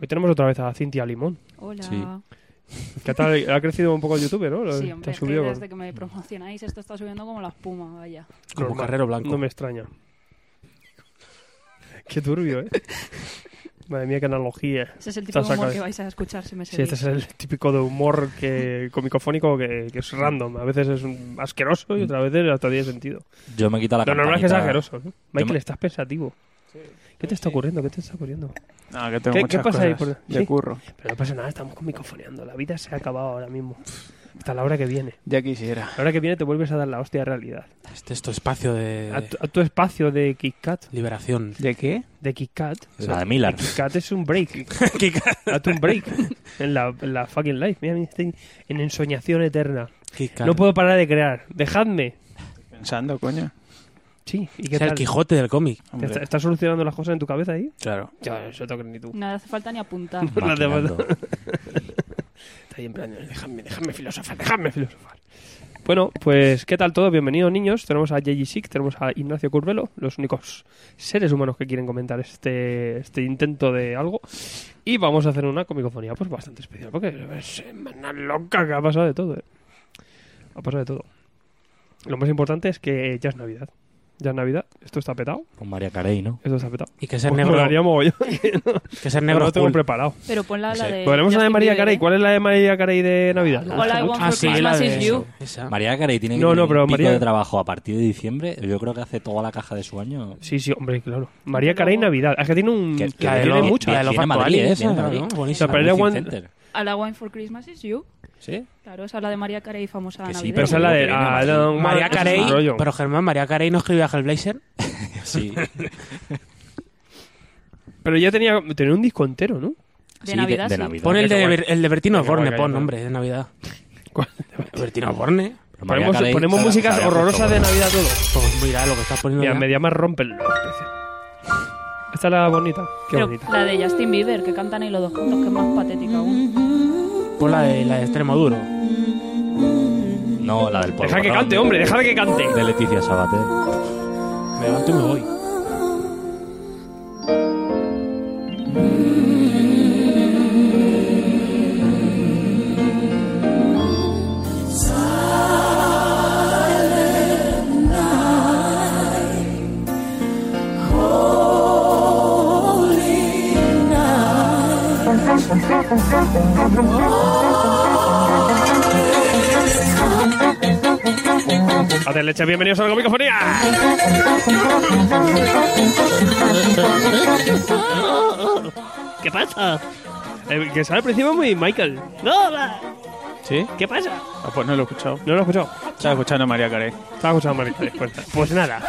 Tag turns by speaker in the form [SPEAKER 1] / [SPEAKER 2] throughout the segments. [SPEAKER 1] Hoy tenemos otra vez a Cintia Limón,
[SPEAKER 2] Hola.
[SPEAKER 3] Sí.
[SPEAKER 1] que tal- ha crecido un poco el YouTube, ¿no?
[SPEAKER 2] Sí,
[SPEAKER 1] Te
[SPEAKER 2] hombre,
[SPEAKER 1] has
[SPEAKER 2] es que
[SPEAKER 1] subido con-
[SPEAKER 2] desde que me promocionáis esto está subiendo como la espuma, vaya.
[SPEAKER 3] Como
[SPEAKER 1] Normal.
[SPEAKER 3] Carrero Blanco.
[SPEAKER 1] No me extraña. Qué turbio, ¿eh? Madre mía, qué analogía.
[SPEAKER 2] Ese es el tipo de
[SPEAKER 1] Estás
[SPEAKER 2] humor
[SPEAKER 1] sacado.
[SPEAKER 2] que vais a escuchar si me
[SPEAKER 1] Sí,
[SPEAKER 2] seguís.
[SPEAKER 1] este es el típico de humor que, comicofónico que, que es random. A veces es un- asqueroso
[SPEAKER 3] Mm.
[SPEAKER 1] y otras veces hasta tiene sentido.
[SPEAKER 3] Yo me quita la
[SPEAKER 1] Lo normal es que es
[SPEAKER 3] campanita.
[SPEAKER 1] asqueroso. ¿no? Michael,
[SPEAKER 3] me-
[SPEAKER 1] estás pensativo. ¿Qué te está ocurriendo? ¿Qué te está ocurriendo?
[SPEAKER 4] No, que tengo
[SPEAKER 1] ¿Qué-
[SPEAKER 4] muchas
[SPEAKER 1] qué pasa ahí
[SPEAKER 4] cosas
[SPEAKER 1] por-
[SPEAKER 4] de
[SPEAKER 1] sí?
[SPEAKER 4] curro.
[SPEAKER 1] Pero no pasa nada, estamos comicofoneando. La vida se ha acabado ahora mismo. Hasta la hora que viene.
[SPEAKER 4] Ya quisiera.
[SPEAKER 1] La hora que viene te vuelves a dar la hostia de realidad.
[SPEAKER 3] Este es tu espacio de
[SPEAKER 1] A tu, a tu espacio de KitKat,
[SPEAKER 3] liberación.
[SPEAKER 4] ¿De qué?
[SPEAKER 1] de KitKat.
[SPEAKER 3] La de Miller.
[SPEAKER 1] KitKat es un break.
[SPEAKER 3] Kika.
[SPEAKER 1] Hazte un break en la, en la fucking life. Mira, estoy en ensoñación eterna.
[SPEAKER 3] Kika.
[SPEAKER 1] No puedo parar de crear. Dejadme.
[SPEAKER 4] Pensando, coño.
[SPEAKER 1] Sí, ¿y qué
[SPEAKER 3] Es el
[SPEAKER 1] tal?
[SPEAKER 3] Quijote del cómic.
[SPEAKER 1] ¿Te
[SPEAKER 4] Hombre.
[SPEAKER 1] está- ¿Estás solucionando las cosas en tu cabeza ahí?
[SPEAKER 3] Claro.
[SPEAKER 1] Yo no se toca ni tú.
[SPEAKER 2] No hace falta ni apuntar.
[SPEAKER 1] No te
[SPEAKER 3] Maquinando.
[SPEAKER 1] Está ahí en plan, déjame, déjame filosofar, déjame filosofar. Bueno, pues ¿qué tal todo? Bienvenidos niños. Tenemos a J.G. Sick, tenemos a Ignacio Curvelo, los únicos seres humanos que quieren comentar este, este intento de algo. Y vamos a hacer una comicofonía pues bastante especial, porque es semana loca que ha pasado de todo, ¿eh? Ha pasado de todo. Lo más importante es que ya es Navidad. Ya es Navidad, esto está petado,
[SPEAKER 3] Con María Carey, ¿no?
[SPEAKER 1] esto está petado.
[SPEAKER 3] Y que ser
[SPEAKER 1] Pues
[SPEAKER 3] negro.
[SPEAKER 1] molaría mogollón,
[SPEAKER 3] Que ser
[SPEAKER 1] no
[SPEAKER 3] negro.
[SPEAKER 1] lo tengo
[SPEAKER 3] cool.
[SPEAKER 1] preparado.
[SPEAKER 2] Pero pon la, la
[SPEAKER 3] Sí.
[SPEAKER 2] de.
[SPEAKER 1] Podremos la de
[SPEAKER 2] Justin
[SPEAKER 1] María
[SPEAKER 2] Bieber,
[SPEAKER 1] Carey.
[SPEAKER 2] ¿eh?
[SPEAKER 1] ¿Cuál es la de María Carey de Navidad?
[SPEAKER 2] O la de One
[SPEAKER 3] Ah,
[SPEAKER 2] for
[SPEAKER 3] sí,
[SPEAKER 2] Christmas
[SPEAKER 3] la de-
[SPEAKER 2] is You.
[SPEAKER 4] Esa.
[SPEAKER 3] María Carey tiene que
[SPEAKER 1] No, no,
[SPEAKER 3] tener un
[SPEAKER 1] pero
[SPEAKER 3] pico
[SPEAKER 1] María-
[SPEAKER 3] de trabajo a partir de diciembre. Yo creo que hace toda la caja de su año.
[SPEAKER 1] Sí, sí, hombre, claro. María Carey Navidad. Es que tiene un...
[SPEAKER 3] Que- que
[SPEAKER 1] la
[SPEAKER 3] viene
[SPEAKER 1] tiene
[SPEAKER 3] lo-
[SPEAKER 1] mucho.
[SPEAKER 3] viene
[SPEAKER 4] La de los
[SPEAKER 3] a Madrid,
[SPEAKER 4] actuales,
[SPEAKER 3] ¿eh?
[SPEAKER 4] esa,
[SPEAKER 3] Viene a Madrid.
[SPEAKER 4] ¿no?
[SPEAKER 1] O sea,
[SPEAKER 3] Buenísima.
[SPEAKER 1] pero era
[SPEAKER 3] Wizzing
[SPEAKER 1] One-
[SPEAKER 3] Center.
[SPEAKER 2] A la Wine for Christmas is You.
[SPEAKER 3] ¿Sí?
[SPEAKER 2] Claro, esa es la de María Carey famosa
[SPEAKER 3] Que sí,
[SPEAKER 2] navideña.
[SPEAKER 1] Pero esa es la
[SPEAKER 3] que
[SPEAKER 1] de...
[SPEAKER 3] viene
[SPEAKER 1] ah,
[SPEAKER 3] a Madrid.
[SPEAKER 1] no,
[SPEAKER 5] María
[SPEAKER 1] es un
[SPEAKER 5] Carey,
[SPEAKER 1] rollo.
[SPEAKER 5] pero Germán, María Carey no escribía Hellblazer.
[SPEAKER 3] Sí.
[SPEAKER 1] Pero ya tenía, tenía un disco entero, ¿no?
[SPEAKER 2] De
[SPEAKER 3] Sí,
[SPEAKER 2] Navidad,
[SPEAKER 3] de
[SPEAKER 2] sí.
[SPEAKER 3] Navidad.
[SPEAKER 5] Pon el
[SPEAKER 3] Qué
[SPEAKER 5] de,
[SPEAKER 3] guay.
[SPEAKER 5] Ber- el de Bertino
[SPEAKER 1] Qué guay,
[SPEAKER 5] Borne,
[SPEAKER 1] qué
[SPEAKER 5] pon,
[SPEAKER 1] guay.
[SPEAKER 5] hombre, de Navidad.
[SPEAKER 1] ¿Cuál?
[SPEAKER 5] Bertino Borne.
[SPEAKER 3] Pero María
[SPEAKER 1] Ponemos,
[SPEAKER 3] Carey-
[SPEAKER 1] ponemos
[SPEAKER 3] Claro,
[SPEAKER 1] músicas
[SPEAKER 3] claro,
[SPEAKER 1] horrorosas
[SPEAKER 3] justo.
[SPEAKER 1] de Navidad todo.
[SPEAKER 5] Pues mira lo que estás poniendo
[SPEAKER 1] Mira,
[SPEAKER 5] ya.
[SPEAKER 1] me llama Rompel. Esta es la bonita. Qué
[SPEAKER 2] Pero
[SPEAKER 1] bonita.
[SPEAKER 2] la de Justin Bieber, que cantan ahí los dos juntos, que es más patética aún.
[SPEAKER 5] Pon la de, la de Extremo Duro.
[SPEAKER 3] No, la del polvo.
[SPEAKER 1] Deja que cante, hombre. Deja que cante.
[SPEAKER 3] De Leticia Sabater.
[SPEAKER 5] Me levanto y me voy.
[SPEAKER 1] Hacer leche. Bienvenidos a la comicofonía. ¿Qué pasa? Eh, que sale al principio muy Michael. No, la-
[SPEAKER 4] ¿Sí?
[SPEAKER 1] ¿qué pasa?
[SPEAKER 4] Ah, pues no lo he escuchado.
[SPEAKER 1] No lo he escuchado.
[SPEAKER 4] Estaba escuchando a María Carey.
[SPEAKER 1] Estaba escuchando María Carey. Cuenta. Pues nada.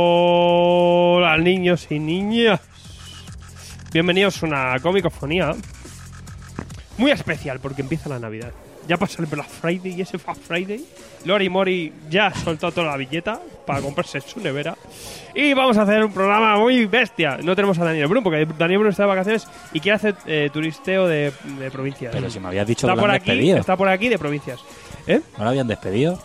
[SPEAKER 1] Hola niños y niñas. Bienvenidos a una comicofonía muy especial porque empieza la Navidad. Ya pasó el Black Friday y ese Fast Friday. Lori Mori ya ha soltado toda la billeta para comprarse su nevera. Y vamos a hacer un programa muy bestia. No tenemos a Daniel Brun porque Daniel Brun está de vacaciones y quiere hacer eh, turisteo de, de provincias.
[SPEAKER 3] Pero si me habías dicho
[SPEAKER 1] está
[SPEAKER 3] que lo
[SPEAKER 1] por
[SPEAKER 3] han
[SPEAKER 1] aquí,
[SPEAKER 3] despedido.
[SPEAKER 1] está por aquí de provincias. ¿Eh?
[SPEAKER 3] ¿No lo habían despedido?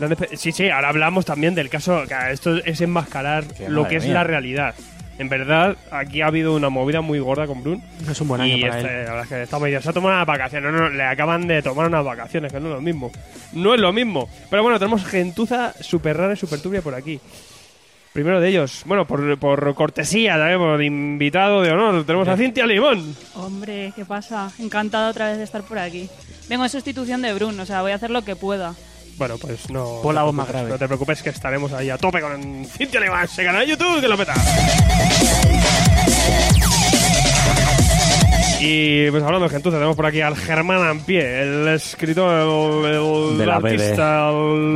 [SPEAKER 1] La despe- Sí, sí, ahora hablamos también del caso. que Esto es enmascarar
[SPEAKER 3] Qué
[SPEAKER 1] lo
[SPEAKER 3] madre
[SPEAKER 1] que es
[SPEAKER 3] mía.
[SPEAKER 1] la realidad. En verdad, aquí ha habido una movida muy gorda con Brun.
[SPEAKER 5] No es un buen año
[SPEAKER 1] y
[SPEAKER 5] para
[SPEAKER 1] este-
[SPEAKER 5] él.
[SPEAKER 1] la verdad es que está muy bien. Se ha tomado unas vacaciones. No, no, le acaban de tomar unas vacaciones, que no es lo mismo. No es lo mismo. Pero bueno, tenemos gentuza súper rara y súper turbia por aquí. Primero de ellos, bueno, por, por cortesía, también por invitado de honor, tenemos a Cintia Limón.
[SPEAKER 2] Hombre, ¿qué pasa? Encantada otra vez de estar por aquí. Vengo en sustitución de Bruno, o sea, voy a hacer lo que pueda.
[SPEAKER 1] Bueno, pues no.
[SPEAKER 5] Pon la
[SPEAKER 1] no
[SPEAKER 5] voz más
[SPEAKER 1] preocupes,
[SPEAKER 5] grave.
[SPEAKER 1] No te preocupes, que estaremos ahí a tope con Cintia Limón, se canal de YouTube que lo peta. Y pues hablando de gentuza, tenemos por aquí al Germán Ampie, el escritor, el, el
[SPEAKER 3] De la
[SPEAKER 1] artista, el,
[SPEAKER 3] El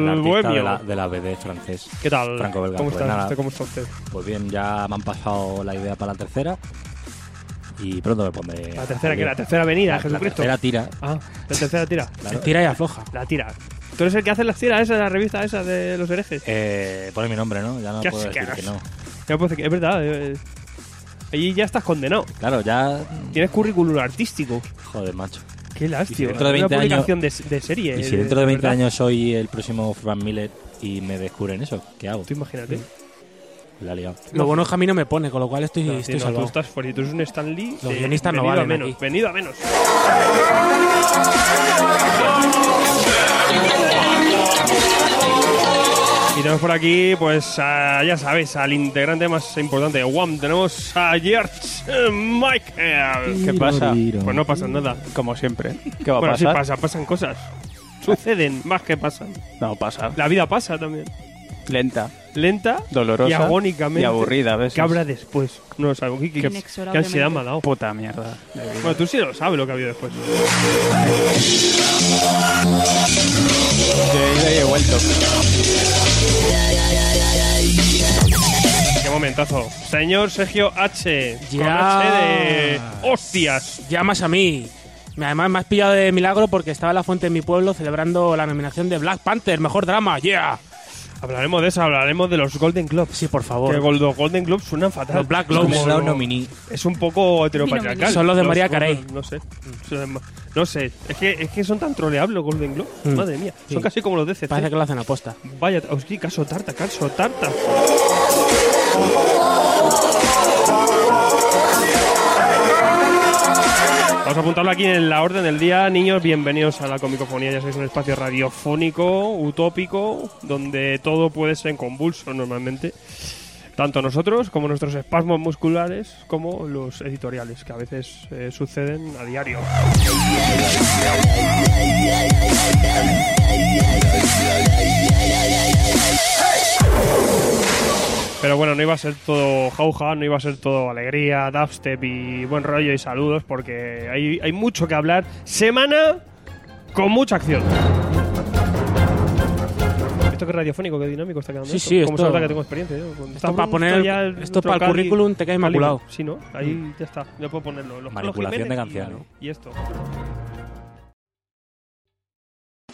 [SPEAKER 3] artista
[SPEAKER 1] Mm, bohemio.
[SPEAKER 3] de la, de la BD francés.
[SPEAKER 1] ¿Qué tal?
[SPEAKER 3] Franco Belga.
[SPEAKER 1] ¿Cómo
[SPEAKER 3] Pues
[SPEAKER 1] estás?
[SPEAKER 3] nada.
[SPEAKER 1] usted? ¿Cómo está usted?
[SPEAKER 3] Pues bien, ya me han pasado la idea para la tercera. Y pronto me pondré.
[SPEAKER 1] La tercera,
[SPEAKER 3] al
[SPEAKER 1] que
[SPEAKER 3] lío.
[SPEAKER 1] la tercera avenida,
[SPEAKER 3] La- la
[SPEAKER 1] Jesucristo.
[SPEAKER 3] tercera tira.
[SPEAKER 1] Ah, la tercera tira.
[SPEAKER 3] claro.
[SPEAKER 5] Tira y afloja.
[SPEAKER 1] La tira. Tú eres el que hace las tiras esas, la revista esa de los herejes.
[SPEAKER 3] Eh, pone mi nombre, ¿no? Ya no
[SPEAKER 1] Qué
[SPEAKER 3] puedo decir que
[SPEAKER 1] asqueroso.
[SPEAKER 3] no.
[SPEAKER 1] Ya, pues, es verdad. eh, eh, Allí ya estás condenado.
[SPEAKER 3] Claro, ya.
[SPEAKER 1] Tienes currículum artístico.
[SPEAKER 3] Joder, macho.
[SPEAKER 1] Qué lástima.
[SPEAKER 3] dentro de 20
[SPEAKER 1] una
[SPEAKER 3] años-
[SPEAKER 1] publicación de, de serie.
[SPEAKER 3] Y si dentro de 20
[SPEAKER 1] verdad.
[SPEAKER 3] años soy el próximo Frank Miller y me descubren eso, ¿qué hago?
[SPEAKER 1] Tú imagínate.
[SPEAKER 3] La ha liado.
[SPEAKER 5] Lo bueno es que a mí no me pone, con lo cual estoy,
[SPEAKER 1] No,
[SPEAKER 5] estoy
[SPEAKER 1] sí, no, tú
[SPEAKER 5] salvado.
[SPEAKER 1] estás fuera. Tú eres un Stanley.
[SPEAKER 5] Los guionistas no
[SPEAKER 1] venido
[SPEAKER 5] valen
[SPEAKER 1] a menos.
[SPEAKER 5] aquí.
[SPEAKER 1] Venido a menos. Y tenemos por aquí, pues a- ya sabes, al integrante más importante de WAM. Tenemos a George eh, Michael.
[SPEAKER 4] ¿Qué pasa?
[SPEAKER 1] Pues no pasa nada.
[SPEAKER 4] Como siempre. ¿Qué va a
[SPEAKER 1] Bueno, sí
[SPEAKER 4] pasar?
[SPEAKER 1] pasa, pasan cosas. Suceden, más que pasan.
[SPEAKER 4] No, pasa.
[SPEAKER 1] La vida pasa también.
[SPEAKER 4] Lenta,
[SPEAKER 1] Lenta
[SPEAKER 4] dolorosa
[SPEAKER 1] y agónicamente.
[SPEAKER 4] y aburrida a veces.
[SPEAKER 1] ¿Qué habrá después? No lo sabemos. ¿Qué, qué, qué
[SPEAKER 2] Inexorablemente.
[SPEAKER 1] ansiedad me ha dado?
[SPEAKER 4] Puta mierda.
[SPEAKER 1] Bueno, tú sí lo sabes lo que ha habido después.
[SPEAKER 4] Yo he ido y he vuelto.
[SPEAKER 1] Qué momentazo. Señor Sergio H. Con
[SPEAKER 5] Ya.
[SPEAKER 1] H de hostias.
[SPEAKER 5] Llamas a mí. Además me has pillado de milagro porque estaba en la fuente de mi pueblo celebrando la nominación de Black Panther, mejor drama, yeah.
[SPEAKER 1] Hablaremos de eso, hablaremos de los Golden Globes.
[SPEAKER 5] Sí, por
[SPEAKER 1] Que
[SPEAKER 5] favor.
[SPEAKER 1] gol- los Golden Globes suenan fatal.
[SPEAKER 5] Los Black Globes.
[SPEAKER 1] Como-
[SPEAKER 3] Como un nominee.
[SPEAKER 1] Es un poco heteropatriarcal.
[SPEAKER 5] Son los de María Carey.
[SPEAKER 1] Golden- No sé. Son de ma- No sé. Es que, es que son tan troleables los Golden Globes.
[SPEAKER 5] Mm.
[SPEAKER 1] Madre mía. Son
[SPEAKER 5] Sí.
[SPEAKER 1] casi como los de CC.
[SPEAKER 5] Parece que lo hacen aposta.
[SPEAKER 1] Vaya, hostia, caso tarta, caso tarta. Vamos a apuntarlo aquí en la orden del día. Niños, bienvenidos a la Comicofonía. Ya sabéis, un espacio radiofónico, utópico, donde todo puede ser en convulso normalmente. Tanto nosotros como nuestros espasmos musculares, como los editoriales, que a veces eh, suceden a diario. Pero bueno, no iba a ser todo jauja, no iba a ser todo alegría, dubstep y buen rollo y saludos, porque hay, hay mucho que hablar. Semana con mucha acción. Esto que es radiofónico, qué dinámico está quedando.
[SPEAKER 5] Sí,
[SPEAKER 1] esto.
[SPEAKER 5] sí,
[SPEAKER 1] Como
[SPEAKER 5] esto-
[SPEAKER 1] se nota que tengo experiencia. yo. Cuando
[SPEAKER 5] esto
[SPEAKER 1] está
[SPEAKER 5] para
[SPEAKER 1] un-
[SPEAKER 5] poner
[SPEAKER 1] ya
[SPEAKER 5] el- esto
[SPEAKER 1] otro
[SPEAKER 5] para el
[SPEAKER 1] cali-
[SPEAKER 5] currículum te queda
[SPEAKER 1] cali-
[SPEAKER 5] inmaculado. Mm.
[SPEAKER 1] Sí, ¿no? Ahí ya está. Ya puedo ponerlo. Los- los
[SPEAKER 3] Manipulación de
[SPEAKER 1] Jiménez
[SPEAKER 3] canción,
[SPEAKER 1] y-
[SPEAKER 3] ¿no?
[SPEAKER 1] Y esto.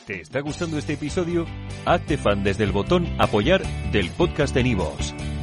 [SPEAKER 6] ¿Te está gustando este episodio? Hazte fan desde el botón Apoyar del podcast de Nivos.